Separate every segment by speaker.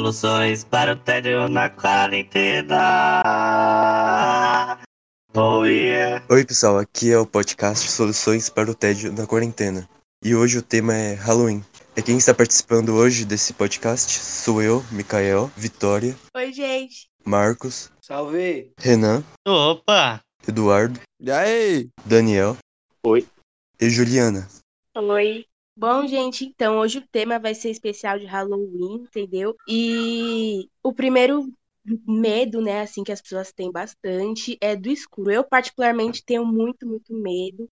Speaker 1: Soluções para o tédio na quarentena. Oh yeah.
Speaker 2: Oi pessoal, aqui é o podcast Soluções para o Tédio na Quarentena. E hoje o tema é Halloween. E quem está participando hoje desse podcast sou eu, Micael, Vitória,
Speaker 3: Oi, gente.
Speaker 2: Marcos,
Speaker 4: Salve!
Speaker 2: Renan,
Speaker 5: Opa!
Speaker 2: Eduardo,
Speaker 6: E aí?
Speaker 2: Daniel.
Speaker 4: Oi.
Speaker 2: E Juliana.
Speaker 3: Oi. Bom, gente, então hoje o tema vai ser especial de Halloween, entendeu? E o primeiro medo, né, assim, que as pessoas têm bastante é do escuro. Eu, particularmente, tenho muito, muito medo.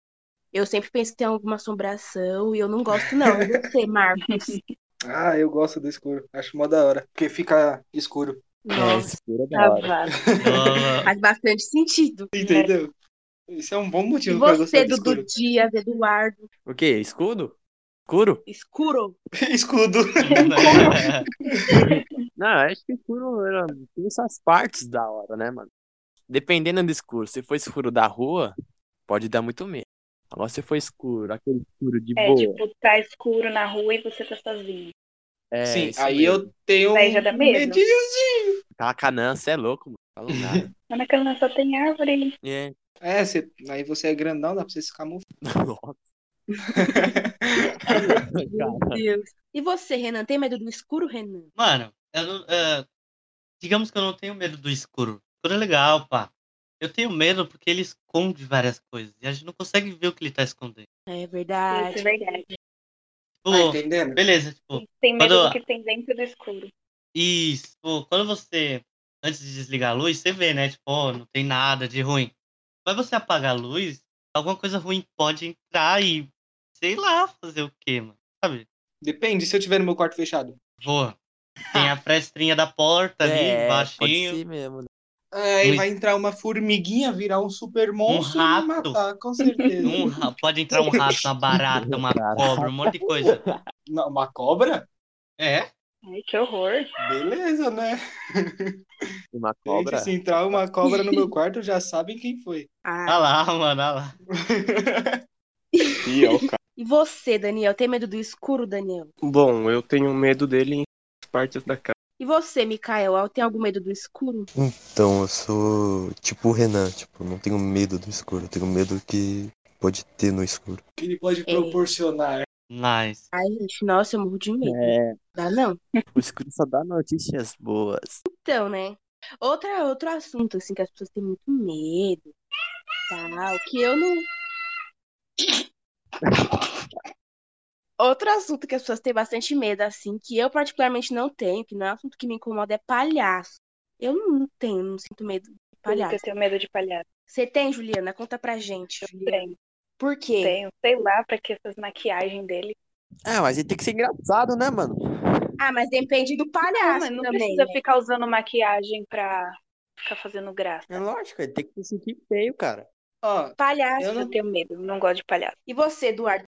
Speaker 3: Eu sempre penso que tem alguma assombração e eu não gosto, não. E você, Marcos?
Speaker 4: Ah, eu gosto do escuro. Acho mó da hora. Porque fica escuro.
Speaker 6: É,
Speaker 3: Nossa,
Speaker 6: escura da hora.
Speaker 3: travado.
Speaker 5: Ó,
Speaker 3: Faz bastante sentido. né?
Speaker 4: Entendeu? Isso é um bom
Speaker 3: E
Speaker 4: motivo pra
Speaker 3: você,
Speaker 4: gostar do
Speaker 3: Dudu
Speaker 4: escuro.
Speaker 3: Dias, é Eduardo,
Speaker 6: O quê? Escudo? Escuro?
Speaker 3: escuro?
Speaker 4: Escudo.
Speaker 6: Não, acho que escuro era... tem suas partes da hora, né, mano? Dependendo do escuro. Se for escuro da rua, pode dar muito medo. Agora se for escuro, aquele escuro de
Speaker 7: É,
Speaker 6: boa.
Speaker 7: tipo, tá escuro na rua e você tá sozinho.
Speaker 6: é,
Speaker 4: Sim,
Speaker 6: isso
Speaker 4: aí
Speaker 6: mesmo.
Speaker 4: eu tenho um
Speaker 7: Daí
Speaker 3: tá
Speaker 7: já dá medo.
Speaker 4: medinhozinho.
Speaker 6: Caracanã, você é louco, mano. Fala nada.
Speaker 7: Mas naquela lá só tem árvore.
Speaker 6: é.
Speaker 4: É, você- aí você é grandão, dá pra você se camuflar.
Speaker 6: Nossa,
Speaker 3: Meu
Speaker 6: cara.
Speaker 3: Deus. E você, Renan, tem medo do escuro, Renan?
Speaker 5: Mano, eu não, é, digamos que eu não tenho medo do escuro. Escuro é legal, pá. Eu tenho medo porque ele esconde várias coisas. E a gente não consegue ver o que ele tá escondendo.
Speaker 3: É
Speaker 7: Isso é
Speaker 3: verdade.
Speaker 7: verdade.
Speaker 5: Tipo,
Speaker 4: Tá entendendo?
Speaker 5: beleza, tipo,
Speaker 7: Tem medo
Speaker 5: Quando-
Speaker 7: do que tem dentro do escuro.
Speaker 5: Isso, pô, quando você, antes de desligar a luz, você vê, né? Tipo, ó, não tem nada de ruim. Mas você apagar a luz, alguma coisa ruim pode entrar e, sei lá, fazer o quê, mano? Sabe?
Speaker 4: Depende, se eu tiver no meu quarto fechado.
Speaker 5: Voa. Tem a frestinha da porta Tá ali,
Speaker 6: é, pode
Speaker 5: baixinho.
Speaker 6: ser mesmo. né?
Speaker 4: É, Aí
Speaker 5: Ui.
Speaker 4: vai entrar uma formiguinha, virar um super monstro e me
Speaker 5: rato.
Speaker 4: matar, com certeza.
Speaker 5: Um ra- pode entrar um rato, uma barata, uma cobra, um monte de coisa.
Speaker 4: Não, uma cobra?
Speaker 5: É?
Speaker 7: Ai, que horror.
Speaker 4: Beleza, né?
Speaker 6: Uma
Speaker 4: Gente,
Speaker 6: cobra.
Speaker 4: se entrar uma cobra no meu quarto, já sabem quem foi.
Speaker 3: Ah.
Speaker 5: Olha lá, mano, olha lá.
Speaker 8: E, ó, cara.
Speaker 3: E você, Daniel, tem medo do escuro, Daniel?
Speaker 8: Bom, eu tenho medo dele em partes da casa.
Speaker 3: E você, Micael, tem algum medo do escuro?
Speaker 2: Então, eu sou tipo o Renan, tipo, eu não tenho medo do escuro, eu tenho medo que pode ter no escuro.
Speaker 4: O que ele pode proporcionar?
Speaker 5: Nice.
Speaker 3: Ai, gente, nossa, eu morro de medo.
Speaker 6: É,
Speaker 3: Dá não?
Speaker 6: o escuro só dá notícias boas.
Speaker 3: Então, né? Outra, outro assunto, assim, que as pessoas têm muito medo, tal, que eu não... Outro assunto que as pessoas têm bastante medo, assim, que eu particularmente não tenho, que não é um assunto que me incomoda, é palhaço. Eu não tenho, não sinto medo de
Speaker 7: Palhaço. Eu
Speaker 3: palhaço.
Speaker 7: tenho medo de palhaço.
Speaker 3: Você tem, Juliana? Conta pra gente, Juliana.
Speaker 7: Tenho,
Speaker 3: Por quê?
Speaker 7: tenho. Sei lá pra que essas maquiagens dele.
Speaker 6: É, mas ele tem que ser engraçado, né, mano?
Speaker 3: Ah, mas depende do
Speaker 7: Ah,
Speaker 3: palhaço
Speaker 7: mas não
Speaker 3: também.
Speaker 7: precisa
Speaker 3: né?
Speaker 7: ficar usando maquiagem pra ficar fazendo graça.
Speaker 6: É lógico, ele tem que se sentir feio, cara.
Speaker 4: Ó,
Speaker 3: Palhaço.
Speaker 4: Eu não-
Speaker 7: Eu tenho medo, não gosto de palhaço.
Speaker 3: E você, Eduardo?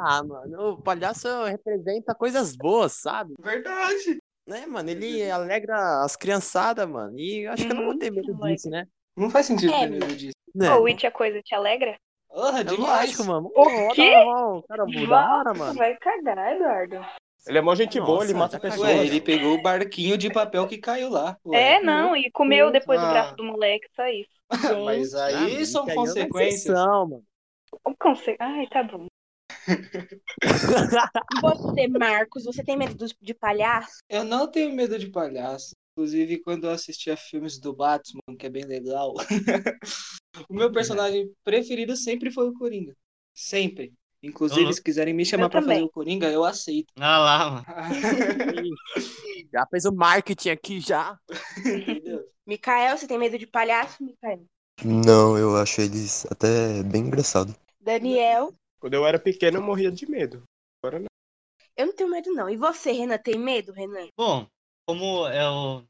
Speaker 6: Ah, mano, o palhaço representa coisas boas, sabe?
Speaker 4: verdade.
Speaker 6: Né, mano? Ele alegra as criançadas, mano. E eu acho que eu não vou ter medo
Speaker 7: Hum,
Speaker 6: disso, né?
Speaker 4: Não faz sentido
Speaker 3: É,
Speaker 4: ter medo disso.
Speaker 6: Né?
Speaker 7: Ou it a coisa te alegra?
Speaker 4: Porra,
Speaker 6: É
Speaker 4: demais.
Speaker 6: lógico, mano.
Speaker 7: O
Speaker 6: Olha,
Speaker 7: quê?
Speaker 6: olha, olha, o cara mudaram,
Speaker 7: Nossa,
Speaker 6: mano.
Speaker 7: Vai cagar, Eduardo.
Speaker 8: Ele é mó gente boa,
Speaker 6: Nossa, tá
Speaker 8: ele mata
Speaker 6: já cagou.
Speaker 5: é
Speaker 8: pessoas.
Speaker 4: Ué, ele pegou o barquinho de papel que caiu lá. ué.
Speaker 7: É, não, e comeu depois
Speaker 4: Ah.
Speaker 7: do braço do moleque, só isso.
Speaker 4: Mas
Speaker 6: Ah,
Speaker 4: aí
Speaker 6: mano,
Speaker 4: são
Speaker 6: caiu na
Speaker 4: consequências.
Speaker 6: exceção, mano.
Speaker 7: O conse- Ai, tá bom.
Speaker 3: E você, Marcos? Você tem medo dos- de palhaço?
Speaker 4: Eu não tenho medo de palhaço. Inclusive, quando eu assistia filmes do Batman, que é bem legal, o meu personagem preferido sempre foi o Coringa. Sempre. Inclusive,
Speaker 5: Uhum.
Speaker 4: se quiserem me chamar
Speaker 7: Eu
Speaker 4: pra fazer
Speaker 7: também.
Speaker 4: o Coringa, eu aceito.
Speaker 5: Olha lá, mano.
Speaker 6: já fez o marketing aqui já.
Speaker 4: Entendeu?
Speaker 3: Micael, você tem medo de palhaço, Micael?
Speaker 2: Não, eu acho eles até bem engraçado.
Speaker 3: Daniel?
Speaker 8: Quando eu era pequeno, eu morria de medo. Agora não.
Speaker 3: Eu não tenho medo, não. E você, Renan, tem medo, Renan?
Speaker 5: Bom, como eu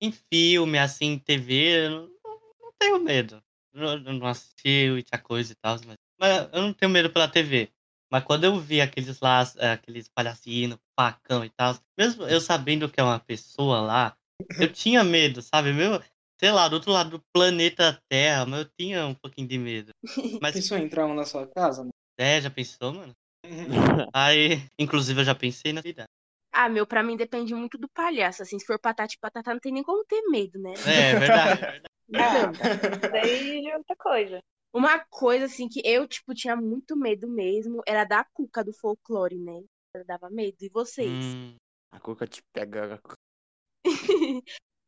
Speaker 5: em filme, assim, em TV, eu não, não tenho medo. Eu não não assisti muita coisa e tal, mas, mas eu não tenho medo pela TV. Mas quando eu vi aqueles lá, eh, aqueles palhacinos, pacão e tal, mesmo eu sabendo que é uma pessoa lá, eu tinha medo, sabe? Meu, sei lá, do outro lado do planeta Terra, mas eu tinha um pouquinho de medo. Mas
Speaker 4: Pensou em entrar um na sua casa? mano?
Speaker 5: é, já pensou, mano? Aí, inclusive, eu já pensei na vida.
Speaker 3: Ah, meu, pra mim depende muito do palhaço. Assim, se for patati e patata, não tem nem como ter medo, né?
Speaker 5: É, é verdade. é verdade.
Speaker 7: Ah, mas aí é outra coisa.
Speaker 3: Uma coisa, assim, que eu, tipo, tinha muito medo mesmo era da cuca do folclore, né? Ela dava medo. E vocês?
Speaker 5: Hum,
Speaker 6: A cuca te pega.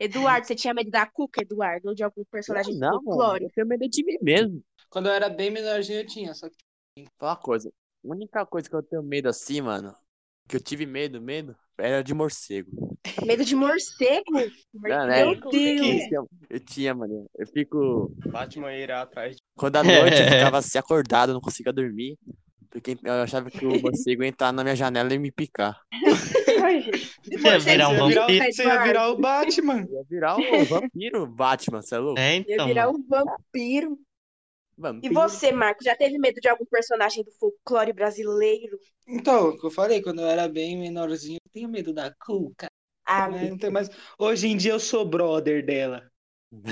Speaker 3: Eduardo, você tinha medo da cuca, Eduardo? Ou de algum personagem do
Speaker 6: não, mano.
Speaker 3: folclore?
Speaker 6: Eu tenho medo de mim mesmo.
Speaker 4: Quando eu era bem menorzinho, eu tinha, só que
Speaker 6: Fala uma coisa. A única coisa que eu tenho medo assim, mano. Que eu tive medo, medo, era de morcego.
Speaker 3: Medo de morcego?
Speaker 6: Não, né?
Speaker 3: Meu Deus!
Speaker 6: Eu tinha, eu tinha, mano. Eu fico.
Speaker 8: Batman irá atrás de
Speaker 6: Quando à noite eu ficava assim acordado, eu não conseguia dormir. Porque eu achava que o morcego ia entrar na minha janela e me picar.
Speaker 5: Você ia virar um
Speaker 8: Você ia virar-
Speaker 5: vampiro?
Speaker 8: Você ia virar o Batman.
Speaker 6: Ia virar o vampiro Batman, você é louco?
Speaker 5: É,
Speaker 3: Eu ia
Speaker 5: então.
Speaker 3: virar
Speaker 5: mano.
Speaker 3: um vampiro. E
Speaker 6: Vampiro.
Speaker 3: você, Marco, já teve medo de algum personagem do folclore brasileiro?
Speaker 4: Então, o que eu falei, quando eu era bem menorzinho, eu tinha medo da cuca,
Speaker 3: Ah,
Speaker 4: né? Não tem mais. Hoje em dia eu sou brother dela.
Speaker 3: um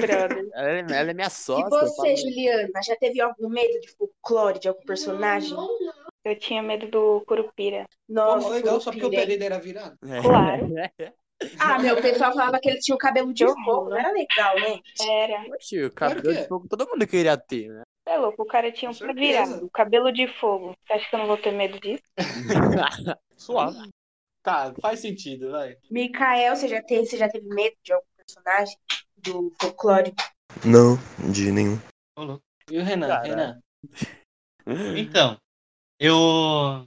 Speaker 7: Brother.
Speaker 6: Ela, é- ela é minha
Speaker 3: E
Speaker 6: sócia. eu
Speaker 3: você,
Speaker 6: falo-
Speaker 3: Juliana, já teve algum medo de folclore, de algum personagem?
Speaker 7: Eu tinha medo do Curupira.
Speaker 4: Pô,
Speaker 3: Nossa,
Speaker 4: mas legal, só porque o
Speaker 3: Curupira, hein?
Speaker 4: pé dele era virado.
Speaker 6: É.
Speaker 7: Claro.
Speaker 3: Ah, meu, o pessoal falava que ele tinha o cabelo de
Speaker 7: Que
Speaker 3: fogo, não era legal, né?
Speaker 7: Era.
Speaker 6: Oxi, o
Speaker 4: Claro
Speaker 6: cabelo
Speaker 4: que é.
Speaker 6: de fogo todo mundo queria ter, né?
Speaker 7: É louco, o cara tinha um
Speaker 4: Com
Speaker 7: pé
Speaker 4: certeza.
Speaker 7: virado, cabelo de fogo. Você acha que eu não vou ter medo disso?
Speaker 4: Suave. Tá, faz sentido, vai.
Speaker 3: Micael, você já teve, você já teve medo de algum personagem do folclore?
Speaker 2: Não, de nenhum.
Speaker 4: Viu, Renan?
Speaker 6: Caralho.
Speaker 4: Renan.
Speaker 5: Então, eu.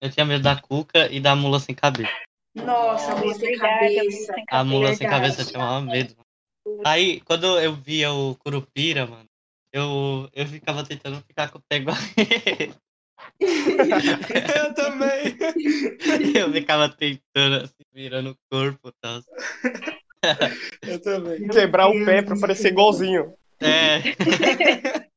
Speaker 5: Eu tinha medo da cuca e da mula sem cabeça.
Speaker 3: Nossa,
Speaker 7: É
Speaker 3: amor, sem
Speaker 7: verdade, a
Speaker 3: cabeça.
Speaker 7: sem
Speaker 5: A mula
Speaker 7: cabeça.
Speaker 5: sem cabeça tinha maior medo. Aí, quando eu via o Curupira, mano, eu, eu ficava tentando ficar com o pé igual ele.
Speaker 4: Eu também.
Speaker 5: Eu ficava tentando, assim, virando o corpo e tal.
Speaker 4: Eu também.
Speaker 8: quebrar o pé pra parecer igualzinho.
Speaker 5: É,
Speaker 3: É,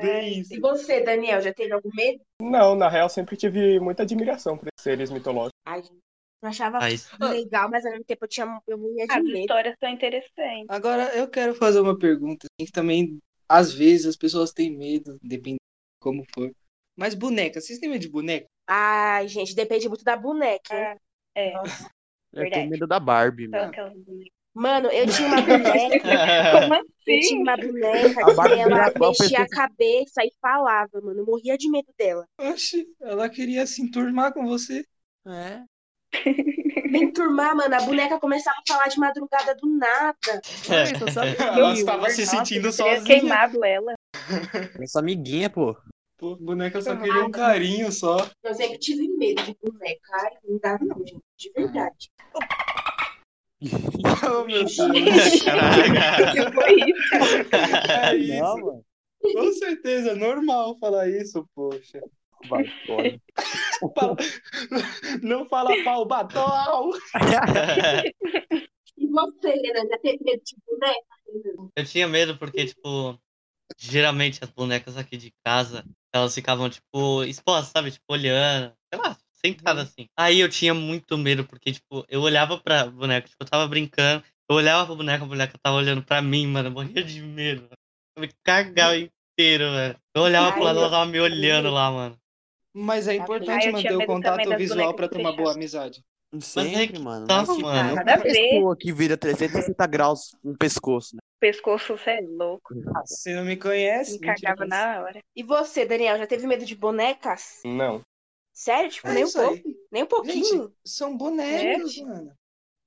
Speaker 4: Bem isso.
Speaker 3: E você, Daniel, já teve algum medo?
Speaker 8: Não, na real, sempre tive muita admiração por esses seres mitológicos.
Speaker 3: Ai, eu achava
Speaker 5: aí,
Speaker 3: legal, mas ao mesmo tempo eu tinha eu morria de
Speaker 7: As
Speaker 3: medo.
Speaker 7: histórias são interessantes.
Speaker 4: Agora eu quero fazer uma pergunta assim, que também, às vezes, as pessoas têm medo, depende de como for. Mas boneca, vocês têm medo de boneca?
Speaker 3: Ai, gente, depende muito da boneca. hein?
Speaker 7: É,
Speaker 6: Eu
Speaker 7: Verdade. Então.
Speaker 6: tenho medo da Barbie,
Speaker 7: são
Speaker 6: mano.
Speaker 7: aquelas bonecas.
Speaker 3: Mano, eu tinha uma boneca,
Speaker 7: Como
Speaker 3: eu
Speaker 7: assim?
Speaker 3: tinha uma boneca
Speaker 6: A Barbie
Speaker 3: que ela
Speaker 6: virava a
Speaker 3: mexia
Speaker 6: pessoa-
Speaker 3: a cabeça e falava, mano. Eu morria de medo dela.
Speaker 4: Oxi, ela queria se enturmar com você.
Speaker 6: É.
Speaker 3: Me enturmar, mano, a boneca começava a falar de madrugada do nada.
Speaker 6: Olha, só sabe que
Speaker 4: Ela
Speaker 6: eu-
Speaker 4: estava se
Speaker 7: Nossa,
Speaker 4: sentindo
Speaker 7: eu teria
Speaker 4: sozinha.
Speaker 7: queimado ela.
Speaker 6: Nossa amiguinha, pô.
Speaker 4: Pô, boneca só queria um carinho só.
Speaker 3: Eu sempre tive medo de boneca. Ai, não dá não, gente. De verdade.
Speaker 4: Oh, meu Deus.
Speaker 5: Caraca.
Speaker 7: Que foi isso?
Speaker 4: É isso.
Speaker 6: Não, mano.
Speaker 4: Com certeza, é normal falar isso, poxa.
Speaker 6: Vai, fora.
Speaker 4: Não fala pau batal.
Speaker 3: E você, Renan, já teve medo de boneca?
Speaker 5: Eu tinha medo porque, tipo, geralmente as bonecas aqui de casa, elas ficavam, tipo, expostas, sabe? Tipo, olhando, sei lá, sentada assim. Aí eu tinha muito medo porque, tipo, eu olhava pra boneca, tipo, eu tava brincando, eu olhava pra boneca, a boneca tava olhando pra mim, mano, eu morria de medo. Eu me cagava inteiro, velho. Eu olhava pro
Speaker 3: Ai,
Speaker 5: lado,
Speaker 3: eu-
Speaker 5: ela tava me olhando lá, mano.
Speaker 4: Mas é importante
Speaker 7: Ah, eu tinha
Speaker 4: manter o
Speaker 7: medo também
Speaker 4: contato
Speaker 7: das
Speaker 4: visual pra
Speaker 7: bonecas
Speaker 4: ter uma
Speaker 7: fechadas.
Speaker 4: boa amizade.
Speaker 6: Sempre, mano.
Speaker 5: Tá,
Speaker 6: Mas, é tipo,
Speaker 5: mano.
Speaker 7: Nada a ver.
Speaker 6: pessoa que vira 360 graus no pescoço, né?
Speaker 7: Pescoço, você é louco.
Speaker 4: Ah, Você não me conhece?
Speaker 7: Me cagava na hora.
Speaker 3: E você, Daniel, já teve medo de bonecas?
Speaker 8: Não.
Speaker 3: Sério? Tipo,
Speaker 4: É
Speaker 3: nem um
Speaker 4: isso aí.
Speaker 3: pouco? Nem um pouquinho?
Speaker 4: Gente, são bonecos,
Speaker 7: Gente.
Speaker 4: mano.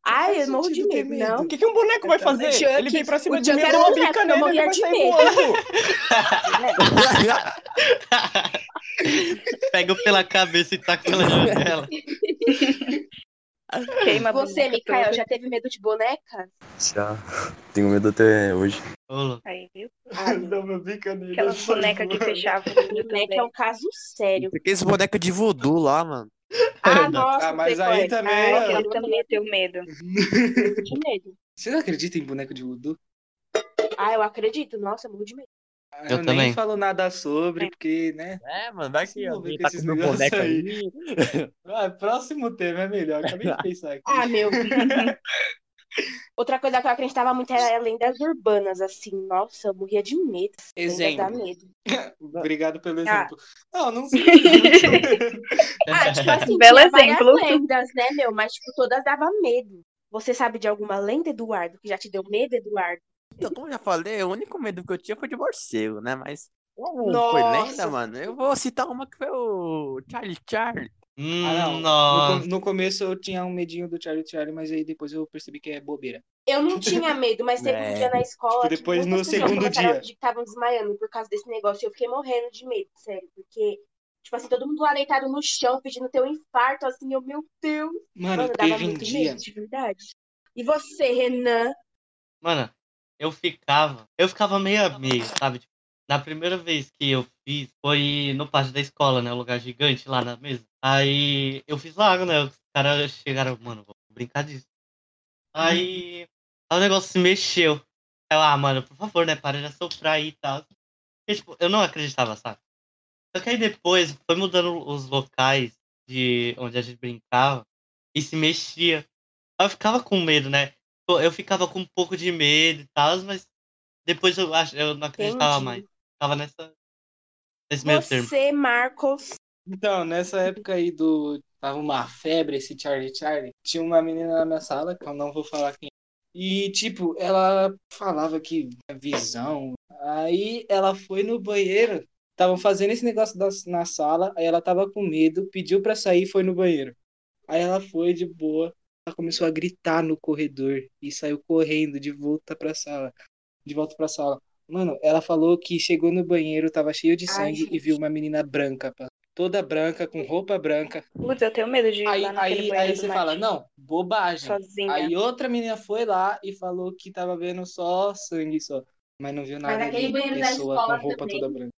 Speaker 3: Ai,
Speaker 4: faz
Speaker 3: eu morro de
Speaker 4: sentido ter
Speaker 3: medo,
Speaker 4: medo. Então,
Speaker 8: O
Speaker 3: não.
Speaker 8: que, que um boneco vai
Speaker 3: também.
Speaker 8: fazer?
Speaker 3: O Chuck-
Speaker 8: ele vem pra cima
Speaker 3: o
Speaker 8: de mim,
Speaker 3: Chuck
Speaker 8: eu
Speaker 3: era
Speaker 8: dou uma
Speaker 3: boneco,
Speaker 8: bica
Speaker 3: eu
Speaker 8: nele, ele
Speaker 3: morria
Speaker 8: vai
Speaker 3: de
Speaker 8: sair
Speaker 3: medo.
Speaker 8: voando.
Speaker 6: né?
Speaker 5: Pega pela cabeça e taca pela janela.
Speaker 7: Queima a
Speaker 3: Você,
Speaker 7: boneca
Speaker 3: Micael,
Speaker 7: toda.
Speaker 3: já teve medo de boneca?
Speaker 2: Já. Tenho medo até hoje.
Speaker 5: Ô, louco.
Speaker 7: Aí, viu?
Speaker 3: Ai, meu,
Speaker 4: Dá uma bica nele.
Speaker 7: Aquelas
Speaker 4: eu sou
Speaker 7: bonecas que
Speaker 4: louco.
Speaker 7: fechavam né? o olho
Speaker 3: boneca é
Speaker 7: também.
Speaker 3: um caso sério.
Speaker 6: Porque esse boneco é de voodoo lá, mano.
Speaker 3: Ah, nossa,
Speaker 4: Ah, mas
Speaker 3: sei
Speaker 4: aí
Speaker 3: qual é.
Speaker 4: também,
Speaker 3: Ah,
Speaker 7: Ah,
Speaker 4: ó.
Speaker 7: eu também tenho medo.
Speaker 3: eu morro de medo.
Speaker 4: Você não acredita em boneco de voodoo?
Speaker 3: Ah, eu acredito. Nossa, eu morro de medo.
Speaker 4: Ah,
Speaker 5: Eu
Speaker 4: nem
Speaker 5: também.
Speaker 4: falo nada sobre, porque, né?
Speaker 6: É, mano, vai
Speaker 4: Se
Speaker 6: que
Speaker 4: envolver
Speaker 6: alguém
Speaker 4: com
Speaker 6: tá com
Speaker 4: esses
Speaker 6: meu
Speaker 4: negócios
Speaker 6: boneco
Speaker 4: aí.
Speaker 6: aí.
Speaker 4: é Ah, próximo tema é melhor. Acabei de pensar aqui.
Speaker 3: Ah, meu. Outra coisa que eu acreditava muito era lendas urbanas, assim. Nossa, eu morria de medo. Lendas dá
Speaker 4: Exemplo. né?
Speaker 3: medo.
Speaker 4: Obrigado pelo
Speaker 7: Ah.
Speaker 4: exemplo. Não, não sei.
Speaker 3: Ah, tipo assim,
Speaker 7: Belo
Speaker 3: tinha várias
Speaker 7: exemplo.
Speaker 3: lendas, né, meu? Mas, tipo, todas davam medo. Você sabe de alguma lenda, Eduardo, que já te deu medo, Eduardo?
Speaker 6: Então, como eu já falei, o único medo que eu tinha foi de morcego, né? Mas. como Foi
Speaker 4: Nossa.
Speaker 6: lenda, mano. Eu vou citar uma que foi o Charlie Charlie.
Speaker 5: Hum,
Speaker 4: Ah, não. No,
Speaker 5: nossa.
Speaker 4: com- no começo eu tinha um medinho do Charlie Charlie, mas aí depois eu percebi que é bobeira.
Speaker 3: Eu não tinha medo, mas teve um
Speaker 6: É.
Speaker 3: dia na escola.
Speaker 4: Tipo, depois
Speaker 3: muitas
Speaker 4: no
Speaker 3: pessoas
Speaker 4: segundo
Speaker 3: começaram a
Speaker 4: dia.
Speaker 3: fingir que estavam desmaiando por causa desse negócio. E eu fiquei morrendo de medo, sério. Porque, tipo assim, todo mundo lá deitado no chão, pedindo teu infarto, assim, eu, meu Deus.
Speaker 4: Mano,
Speaker 3: Mano, dava
Speaker 4: teve um
Speaker 3: muito
Speaker 4: dia.
Speaker 3: medo, de verdade. E você, Renan?
Speaker 5: Mano, eu ficava. Eu ficava meio a meio, sabe? Tipo, na primeira vez que eu fiz, foi no pátio da escola, né? Um lugar gigante lá na mesa. Aí eu fiz lago, né? Os caras chegaram, mano, vou brincar disso. Aí, aí o negócio se mexeu. Aí Eu, ah, mano, por favor, né? Para de assoprar aí e tal. Porque, tipo, eu não acreditava, sabe? Só que aí depois foi mudando os locais de onde a gente brincava e se mexia. Aí eu ficava com medo, né? Pô, Eu ficava com um pouco de medo e tal, mas depois eu acho eu não acreditava
Speaker 3: Entendi.
Speaker 5: mais. Ficava nessa. Nesse meio termo.
Speaker 3: Você, Marcos.
Speaker 4: Então, nessa época aí do. Tava uma febre esse Charlie Charlie. Tinha uma menina na minha sala, que eu não vou falar quem. E, tipo, ela falava que tinha visão. Aí ela foi no banheiro. Estavam fazendo esse negócio das- na sala. Aí ela tava com medo, pediu pra sair e foi no banheiro. Aí ela foi de boa. Ela começou a gritar no corredor e saiu correndo de volta pra sala. De volta pra sala. Mano, ela falou que chegou no banheiro, tava cheio de
Speaker 3: Ai,
Speaker 4: sangue e
Speaker 3: gente.
Speaker 4: viu uma menina branca passando toda branca, com roupa branca.
Speaker 7: Putz, eu tenho medo de ir
Speaker 4: Aí,
Speaker 7: lá naquele
Speaker 4: aí,
Speaker 7: banheiro
Speaker 4: aí
Speaker 7: do
Speaker 4: você
Speaker 7: Max
Speaker 4: fala, não, bobagem.
Speaker 7: sozinha.
Speaker 4: Aí outra menina foi lá e falou que tava vendo só sangue só, mas não viu nada
Speaker 3: naquele
Speaker 4: de
Speaker 3: banheiro da
Speaker 4: pessoa
Speaker 3: escola
Speaker 4: com roupa
Speaker 3: também.
Speaker 4: toda branca.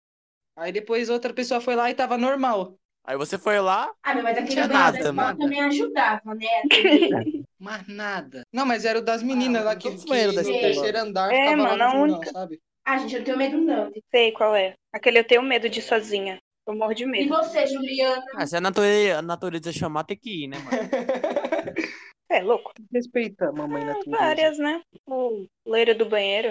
Speaker 4: Aí depois outra pessoa foi lá e tava normal.
Speaker 6: Aí você foi lá.
Speaker 3: Ah, meu, mas
Speaker 6: Não
Speaker 3: aquele
Speaker 6: tinha
Speaker 3: banheiro
Speaker 6: nada,
Speaker 3: da escola
Speaker 4: mano.
Speaker 3: também ajudava, né?
Speaker 4: Mas nada. Não, mas era o das meninas
Speaker 6: Ah,
Speaker 4: lá
Speaker 6: mas
Speaker 4: que,
Speaker 6: todos
Speaker 4: que
Speaker 6: os banheiros
Speaker 4: no
Speaker 6: da
Speaker 3: escola.
Speaker 4: terceiro andar
Speaker 7: É,
Speaker 4: ficava
Speaker 7: mano,
Speaker 4: lá
Speaker 7: a
Speaker 4: no jornal,
Speaker 7: única.
Speaker 4: sabe?
Speaker 3: Ah, gente, eu não tenho medo, não.
Speaker 7: Sei qual é. Aquele eu tenho medo de ir sozinha. Eu morro de
Speaker 3: E
Speaker 7: medo.
Speaker 3: você, Juliana?
Speaker 6: Ah, se a natureza, a natureza chamar, tem que ir, né, mano?
Speaker 7: É louco.
Speaker 4: Respeita a mamãe natureza.
Speaker 7: Várias, né? O loiro do banheiro,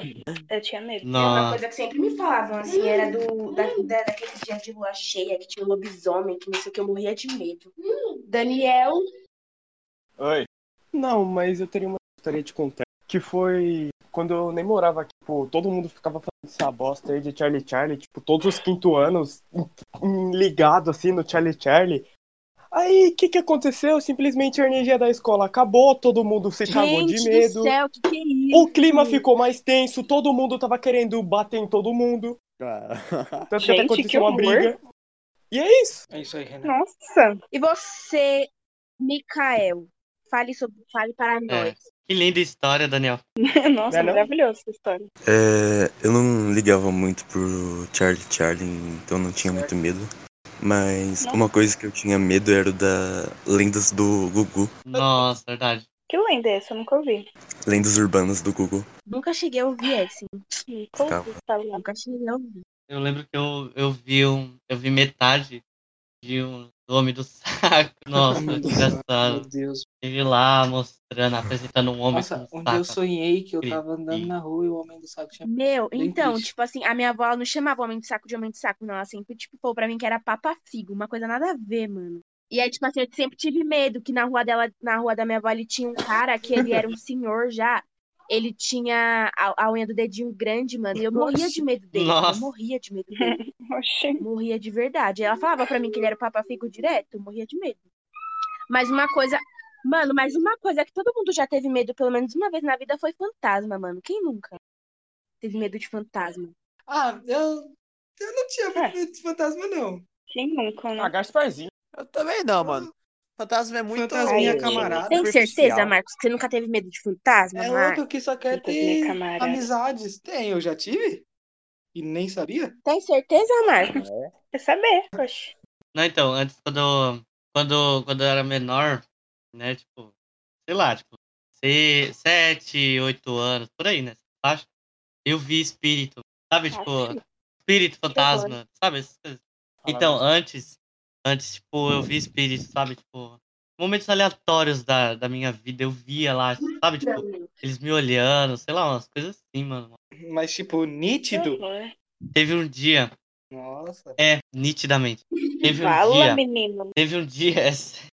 Speaker 7: eu tinha medo.
Speaker 4: Ah.
Speaker 3: Uma
Speaker 5: Nossa.
Speaker 3: coisa que sempre me falavam, assim, era do, da, da, daquele dia de lua cheia, que tinha um lobisomem, que não sei o que, eu morria de medo. Daniel,
Speaker 8: Oi. Não, mas eu teria uma história de contar. Que foi quando eu nem morava aqui, pô, todo mundo ficava falando essa bosta aí de Charlie Charlie, tipo, todos os quinto anos em- em- ligado assim no Charlie Charlie. Aí, o que que aconteceu? Simplesmente a energia da escola acabou, todo mundo se cagou de
Speaker 3: gente
Speaker 8: medo.
Speaker 3: do céu, que que é isso?
Speaker 8: O clima ficou mais tenso, todo mundo tava querendo bater em todo mundo.
Speaker 6: Ah.
Speaker 8: Tanto que até
Speaker 7: Gente,
Speaker 8: aconteceu
Speaker 7: que
Speaker 8: uma
Speaker 7: horror.
Speaker 8: briga. E é isso.
Speaker 4: É isso aí, Renan.
Speaker 7: Nossa!
Speaker 4: Uh.
Speaker 3: E você, Mikael, fale, sobre, fale
Speaker 4: É.
Speaker 3: para nós.
Speaker 5: Que linda história, Daniel.
Speaker 7: Nossa,
Speaker 8: Não é não?
Speaker 7: maravilhosa essa história.
Speaker 2: É, eu não ligava muito pro Charlie Charlie, então não tinha muito medo. Mas uma coisa que eu tinha medo era o da lendas do Gugu,
Speaker 5: Nossa, verdade.
Speaker 7: Que lenda é essa? Eu nunca ouvi.
Speaker 2: lendas urbanas do Gugu.
Speaker 3: Nunca cheguei a ouvir essa, hein?
Speaker 7: Nunca ouvi falar.
Speaker 3: nunca cheguei a ouvir.
Speaker 5: Eu lembro que eu, eu vi um. Eu vi metade de um do Homem do Saco. Nossa,
Speaker 4: Homem do Meu
Speaker 5: desgraçado.
Speaker 4: Deus.
Speaker 5: Ele lá mostrando, apresentando um homem
Speaker 4: Nossa,
Speaker 5: com um
Speaker 4: onde eu
Speaker 5: saco.
Speaker 4: sonhei que eu
Speaker 5: Incrível.
Speaker 4: tava andando na rua e o homem do saco tinha.
Speaker 3: Meu,
Speaker 4: Bem
Speaker 3: então,
Speaker 4: triste.
Speaker 3: tipo assim, a minha avó ela não chamava homem de saco de homem de saco, não. Ela sempre, tipo, falou pra mim que era papa figo, uma coisa nada a ver, mano. E aí, tipo assim, eu sempre tive medo que na rua dela, na rua da minha avó, ele tinha um cara que ele era um senhor já. Ele tinha a, a unha do dedinho grande, mano. E eu morria de medo dele. Eu
Speaker 5: Nossa.
Speaker 3: morria de medo dele.
Speaker 7: Oxi.
Speaker 3: Morria de verdade. Ela falava pra mim que ele era o Papa Figo direto, eu morria de medo. Mas uma coisa, mano, mas uma coisa que todo mundo já teve medo, pelo menos uma vez na vida, foi fantasma, mano. Quem nunca teve medo de fantasma?
Speaker 4: Ah, eu. Eu não tinha muito medo de fantasma, não.
Speaker 7: Quem nunca, né?
Speaker 8: Ah, Gasparzinho.
Speaker 6: Eu também não, mano. Fantasma é muito.
Speaker 4: Fantasminha
Speaker 6: Ai,
Speaker 4: camarada.
Speaker 3: Tem certeza,
Speaker 6: superficial.
Speaker 3: Marcos, que você nunca teve medo de fantasma,
Speaker 4: É
Speaker 3: Marcos?
Speaker 4: outro que só quer
Speaker 7: Puta de minha
Speaker 4: ter
Speaker 7: camarada.
Speaker 4: amizades. Tem, eu já tive. E nem sabia.
Speaker 3: Tem certeza, Marcos?
Speaker 7: Quer saber? Oxi.
Speaker 5: Não, então, antes quando, quando, quando eu era menor, né, tipo, sei lá, tipo, se- sete, oito anos, por aí, né? Acho, eu vi espírito, sabe, tipo, espírito, fantasma, sabe? essas coisas. Então, antes, antes, tipo, eu vi espírito, sabe, tipo, momentos aleatórios da, da minha vida. Eu via lá, sabe?
Speaker 9: Ah,
Speaker 5: Tipo, eles me olhando, sei lá, umas coisas assim, mano.
Speaker 4: Mas, tipo, nítido?
Speaker 5: Teve um dia,
Speaker 4: Nossa.
Speaker 5: é, nitidamente. Teve um
Speaker 7: Fala,
Speaker 5: dia,
Speaker 7: menino.
Speaker 5: teve um dia, é sério,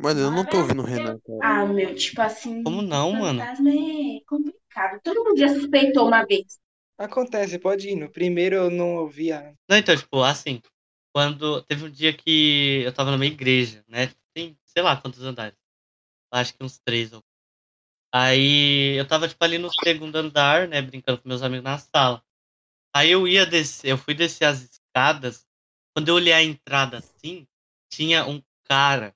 Speaker 6: Mano, eu não tô ouvindo o Renan, cara.
Speaker 9: Ah, meu, tipo assim.
Speaker 5: como não, mano?
Speaker 9: Fantasma é complicado. Todo mundo já suspeitou uma vez.
Speaker 4: Acontece, pode ir. No primeiro eu não ouvia.
Speaker 5: Não, então, tipo, assim, quando teve um dia que eu tava numa igreja, né? Tem, sei lá, quantos andares. Acho que uns três ou Aí eu tava, tipo, ali no segundo andar, né? Brincando com meus amigos na sala. Aí eu ia descer, eu fui descer as escadas. Quando eu olhei a entrada assim, tinha um cara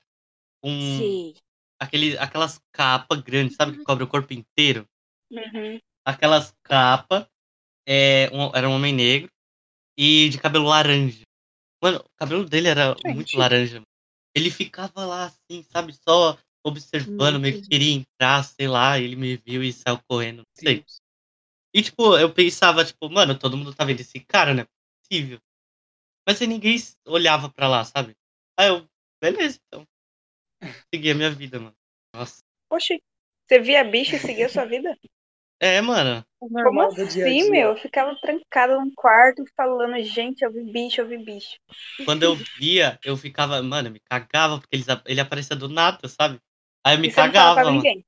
Speaker 5: com
Speaker 3: Sim.
Speaker 5: aquele, aquelas capas grandes, sabe? Que cobre o corpo inteiro
Speaker 7: Uhum.
Speaker 5: aquelas capas. É, um- era um homem negro e de cabelo laranja. Mano, o cabelo dele era muito laranja. mano. Ele ficava lá assim, sabe? Só observando, meio que queria entrar, sei lá. Ele me viu e saiu correndo, não sei. E, tipo, eu pensava, tipo, mano, todo mundo tá vendo esse cara, não é possível. Mas aí ninguém s- olhava pra lá, sabe? Aí eu, beleza, então. Segui a minha vida, mano. Nossa.
Speaker 7: Oxi, você via bicho e seguia sua vida?
Speaker 5: É, mano.
Speaker 7: Como assim, meu? Eu ficava trancada num quarto falando, gente, eu vi bicho, eu vi bicho.
Speaker 5: quando eu via, eu ficava, mano, eu me cagava, porque eles, ele aparecia do nada, sabe? Aí eu me
Speaker 7: E você não fala
Speaker 5: cagava.
Speaker 7: pra
Speaker 5: mano.
Speaker 7: ninguém.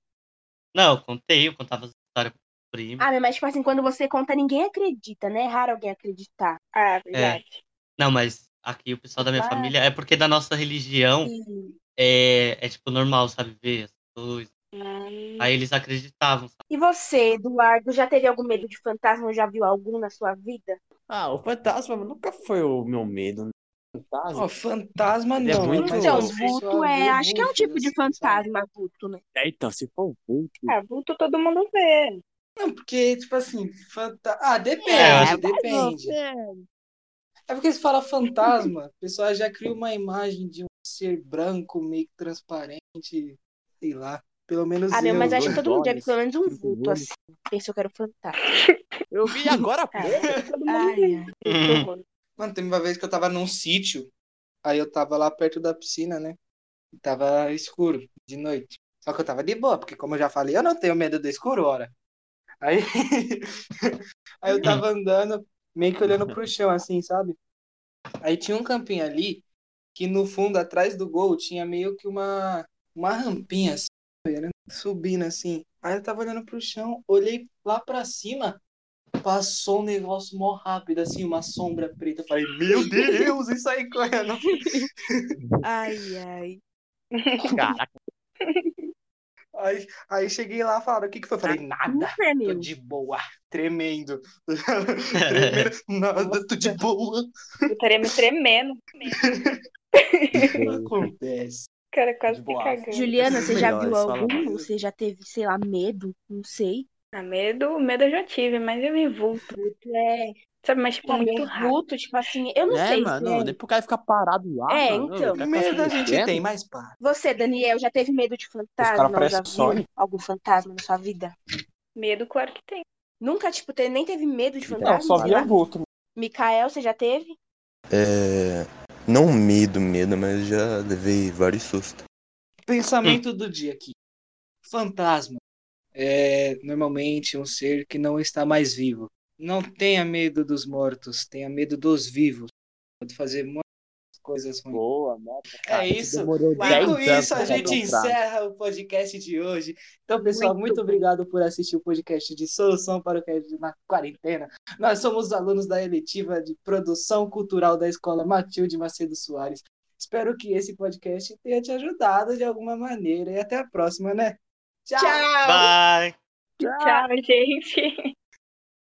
Speaker 5: Não, eu contei, eu contava as histórias pro primo.
Speaker 3: Ah, mas tipo assim, quando você conta, ninguém acredita, né? É raro alguém acreditar.
Speaker 5: É.
Speaker 7: Ah, verdade.
Speaker 5: Não, mas aqui o pessoal da minha
Speaker 3: Ah.
Speaker 5: família é porque da nossa religião
Speaker 3: E,
Speaker 5: é, é tipo normal, sabe? Ver as coisas.
Speaker 7: Hum,
Speaker 5: Aí eles acreditavam, sabe?
Speaker 3: e você, Eduardo, já teve algum medo de fantasma? ou Já viu algum na sua vida?
Speaker 6: Ah, o fantasma nunca foi o meu medo. né? Fantasma?
Speaker 4: Ó, fantasma
Speaker 6: Ele é
Speaker 4: não.
Speaker 6: muito
Speaker 4: mas
Speaker 3: Então,
Speaker 6: Nossa,
Speaker 4: pessoal,
Speaker 3: vulto é.
Speaker 4: eu
Speaker 3: Acho que é um
Speaker 4: vou,
Speaker 3: tipo de
Speaker 4: assim, sabe?
Speaker 3: fantasma, vulto, né?
Speaker 6: É, então, se for o vulto,
Speaker 7: Ah, vulto todo mundo vê.
Speaker 4: Não, porque, tipo assim, fanta... Ah, depende,
Speaker 5: É,
Speaker 4: depende. É porque se fala fantasma, o pessoal já cria uma imagem de um ser branco, meio que transparente, sei lá. Pelo menos
Speaker 3: Ah, meu,
Speaker 4: eu.
Speaker 3: mas acho que
Speaker 6: dois
Speaker 3: todo mundo já viu
Speaker 6: olhos,
Speaker 3: pelo menos um
Speaker 6: cinco
Speaker 3: vulto
Speaker 6: olhos.
Speaker 3: assim. Pensou que era um fantasma.
Speaker 6: eu vi agora, há
Speaker 3: É.
Speaker 6: pouco.
Speaker 7: Todo mundo vê.
Speaker 3: Ai, ai.
Speaker 7: Que
Speaker 5: Uhum.
Speaker 7: horror.
Speaker 4: Mano, teve uma vez que eu tava num sítio, aí eu tava lá perto da piscina, né? E tava escuro, de noite. Só que eu tava de boa, porque como eu já falei, eu não tenho medo do escuro, ora. Aí, aí eu tava andando, meio que olhando pro chão, assim, sabe? Aí tinha um campinho ali, que no fundo, atrás do gol, tinha meio que uma, uma rampinha, assim, né? subindo, assim. Aí eu tava olhando pro chão, olhei lá pra cima, Passou um negócio mó rápido, assim, uma sombra preta. Eu falei, meu Deus, isso aí correndo.
Speaker 3: Ai, ai.
Speaker 6: Caraca,
Speaker 4: Aí, aí cheguei lá, falaram, o que que foi? Eu falei, nada,
Speaker 3: Super,
Speaker 4: tô
Speaker 3: é, meu.
Speaker 4: de boa, tremendo. tremendo, nada, tô de boa.
Speaker 7: Eu estaria me tremendo.
Speaker 4: Acontece.
Speaker 7: O cara quase
Speaker 4: De
Speaker 7: me
Speaker 4: boa.
Speaker 7: cagando.
Speaker 3: Juliana, você já viu
Speaker 6: Melhores, fala
Speaker 3: algum?
Speaker 6: mais.
Speaker 3: Você já teve, sei lá, medo? Não sei.
Speaker 7: Ah, medo, medo eu já tive, mas eu me vulto.
Speaker 3: É,
Speaker 7: Sabe, mas tipo,
Speaker 3: sabe,
Speaker 7: muito
Speaker 3: um
Speaker 7: rápido.
Speaker 3: vulto, tipo assim, eu não
Speaker 6: né,
Speaker 3: sei.
Speaker 6: mano?
Speaker 3: se é-
Speaker 6: Não, nem pro cara ficar parado lá,
Speaker 3: É,
Speaker 6: mano.
Speaker 3: então.
Speaker 6: O cara fica
Speaker 4: Medo a
Speaker 6: se
Speaker 4: gente
Speaker 6: mexendo.
Speaker 4: tem, mas pá.
Speaker 3: Você, Daniel, já teve medo de
Speaker 8: Os cara
Speaker 3: fantasma? Ou
Speaker 8: parece
Speaker 3: já
Speaker 8: que
Speaker 3: viu
Speaker 8: sonha.
Speaker 3: algum fantasma na sua vida?
Speaker 7: Medo, claro que tem.
Speaker 3: Nunca, tipo, te- nem teve medo de fantasma?
Speaker 8: Não, Então, só
Speaker 3: sei
Speaker 8: via
Speaker 3: É, lá?
Speaker 8: vulto.
Speaker 3: Micael, você já teve?
Speaker 2: É. Não medo, medo, mas já levei vários sustos.
Speaker 4: Pensamento do dia aqui. Fantasma. É normalmente um ser que não está mais vivo. Não tenha medo dos mortos, tenha medo dos vivos. Pode fazer muitas coisas ruins.
Speaker 6: Boa, né?
Speaker 4: É
Speaker 6: Isso
Speaker 4: isso.
Speaker 6: Demorou
Speaker 4: E
Speaker 6: 10
Speaker 4: com
Speaker 6: anos
Speaker 4: isso, a
Speaker 6: pra
Speaker 4: gente
Speaker 6: comprar.
Speaker 4: encerra o podcast de hoje. Então, pessoal, muito,
Speaker 3: Muito
Speaker 4: obrigado por assistir o podcast de Solução para o Crédito na Quarentena. Nós somos alunos da eletiva de Produção Cultural da Escola Matilde Macedo Soares. Espero que esse podcast tenha te ajudado de alguma maneira. E até a próxima, né? Tchau!
Speaker 5: Bye!
Speaker 7: Tchau, gente.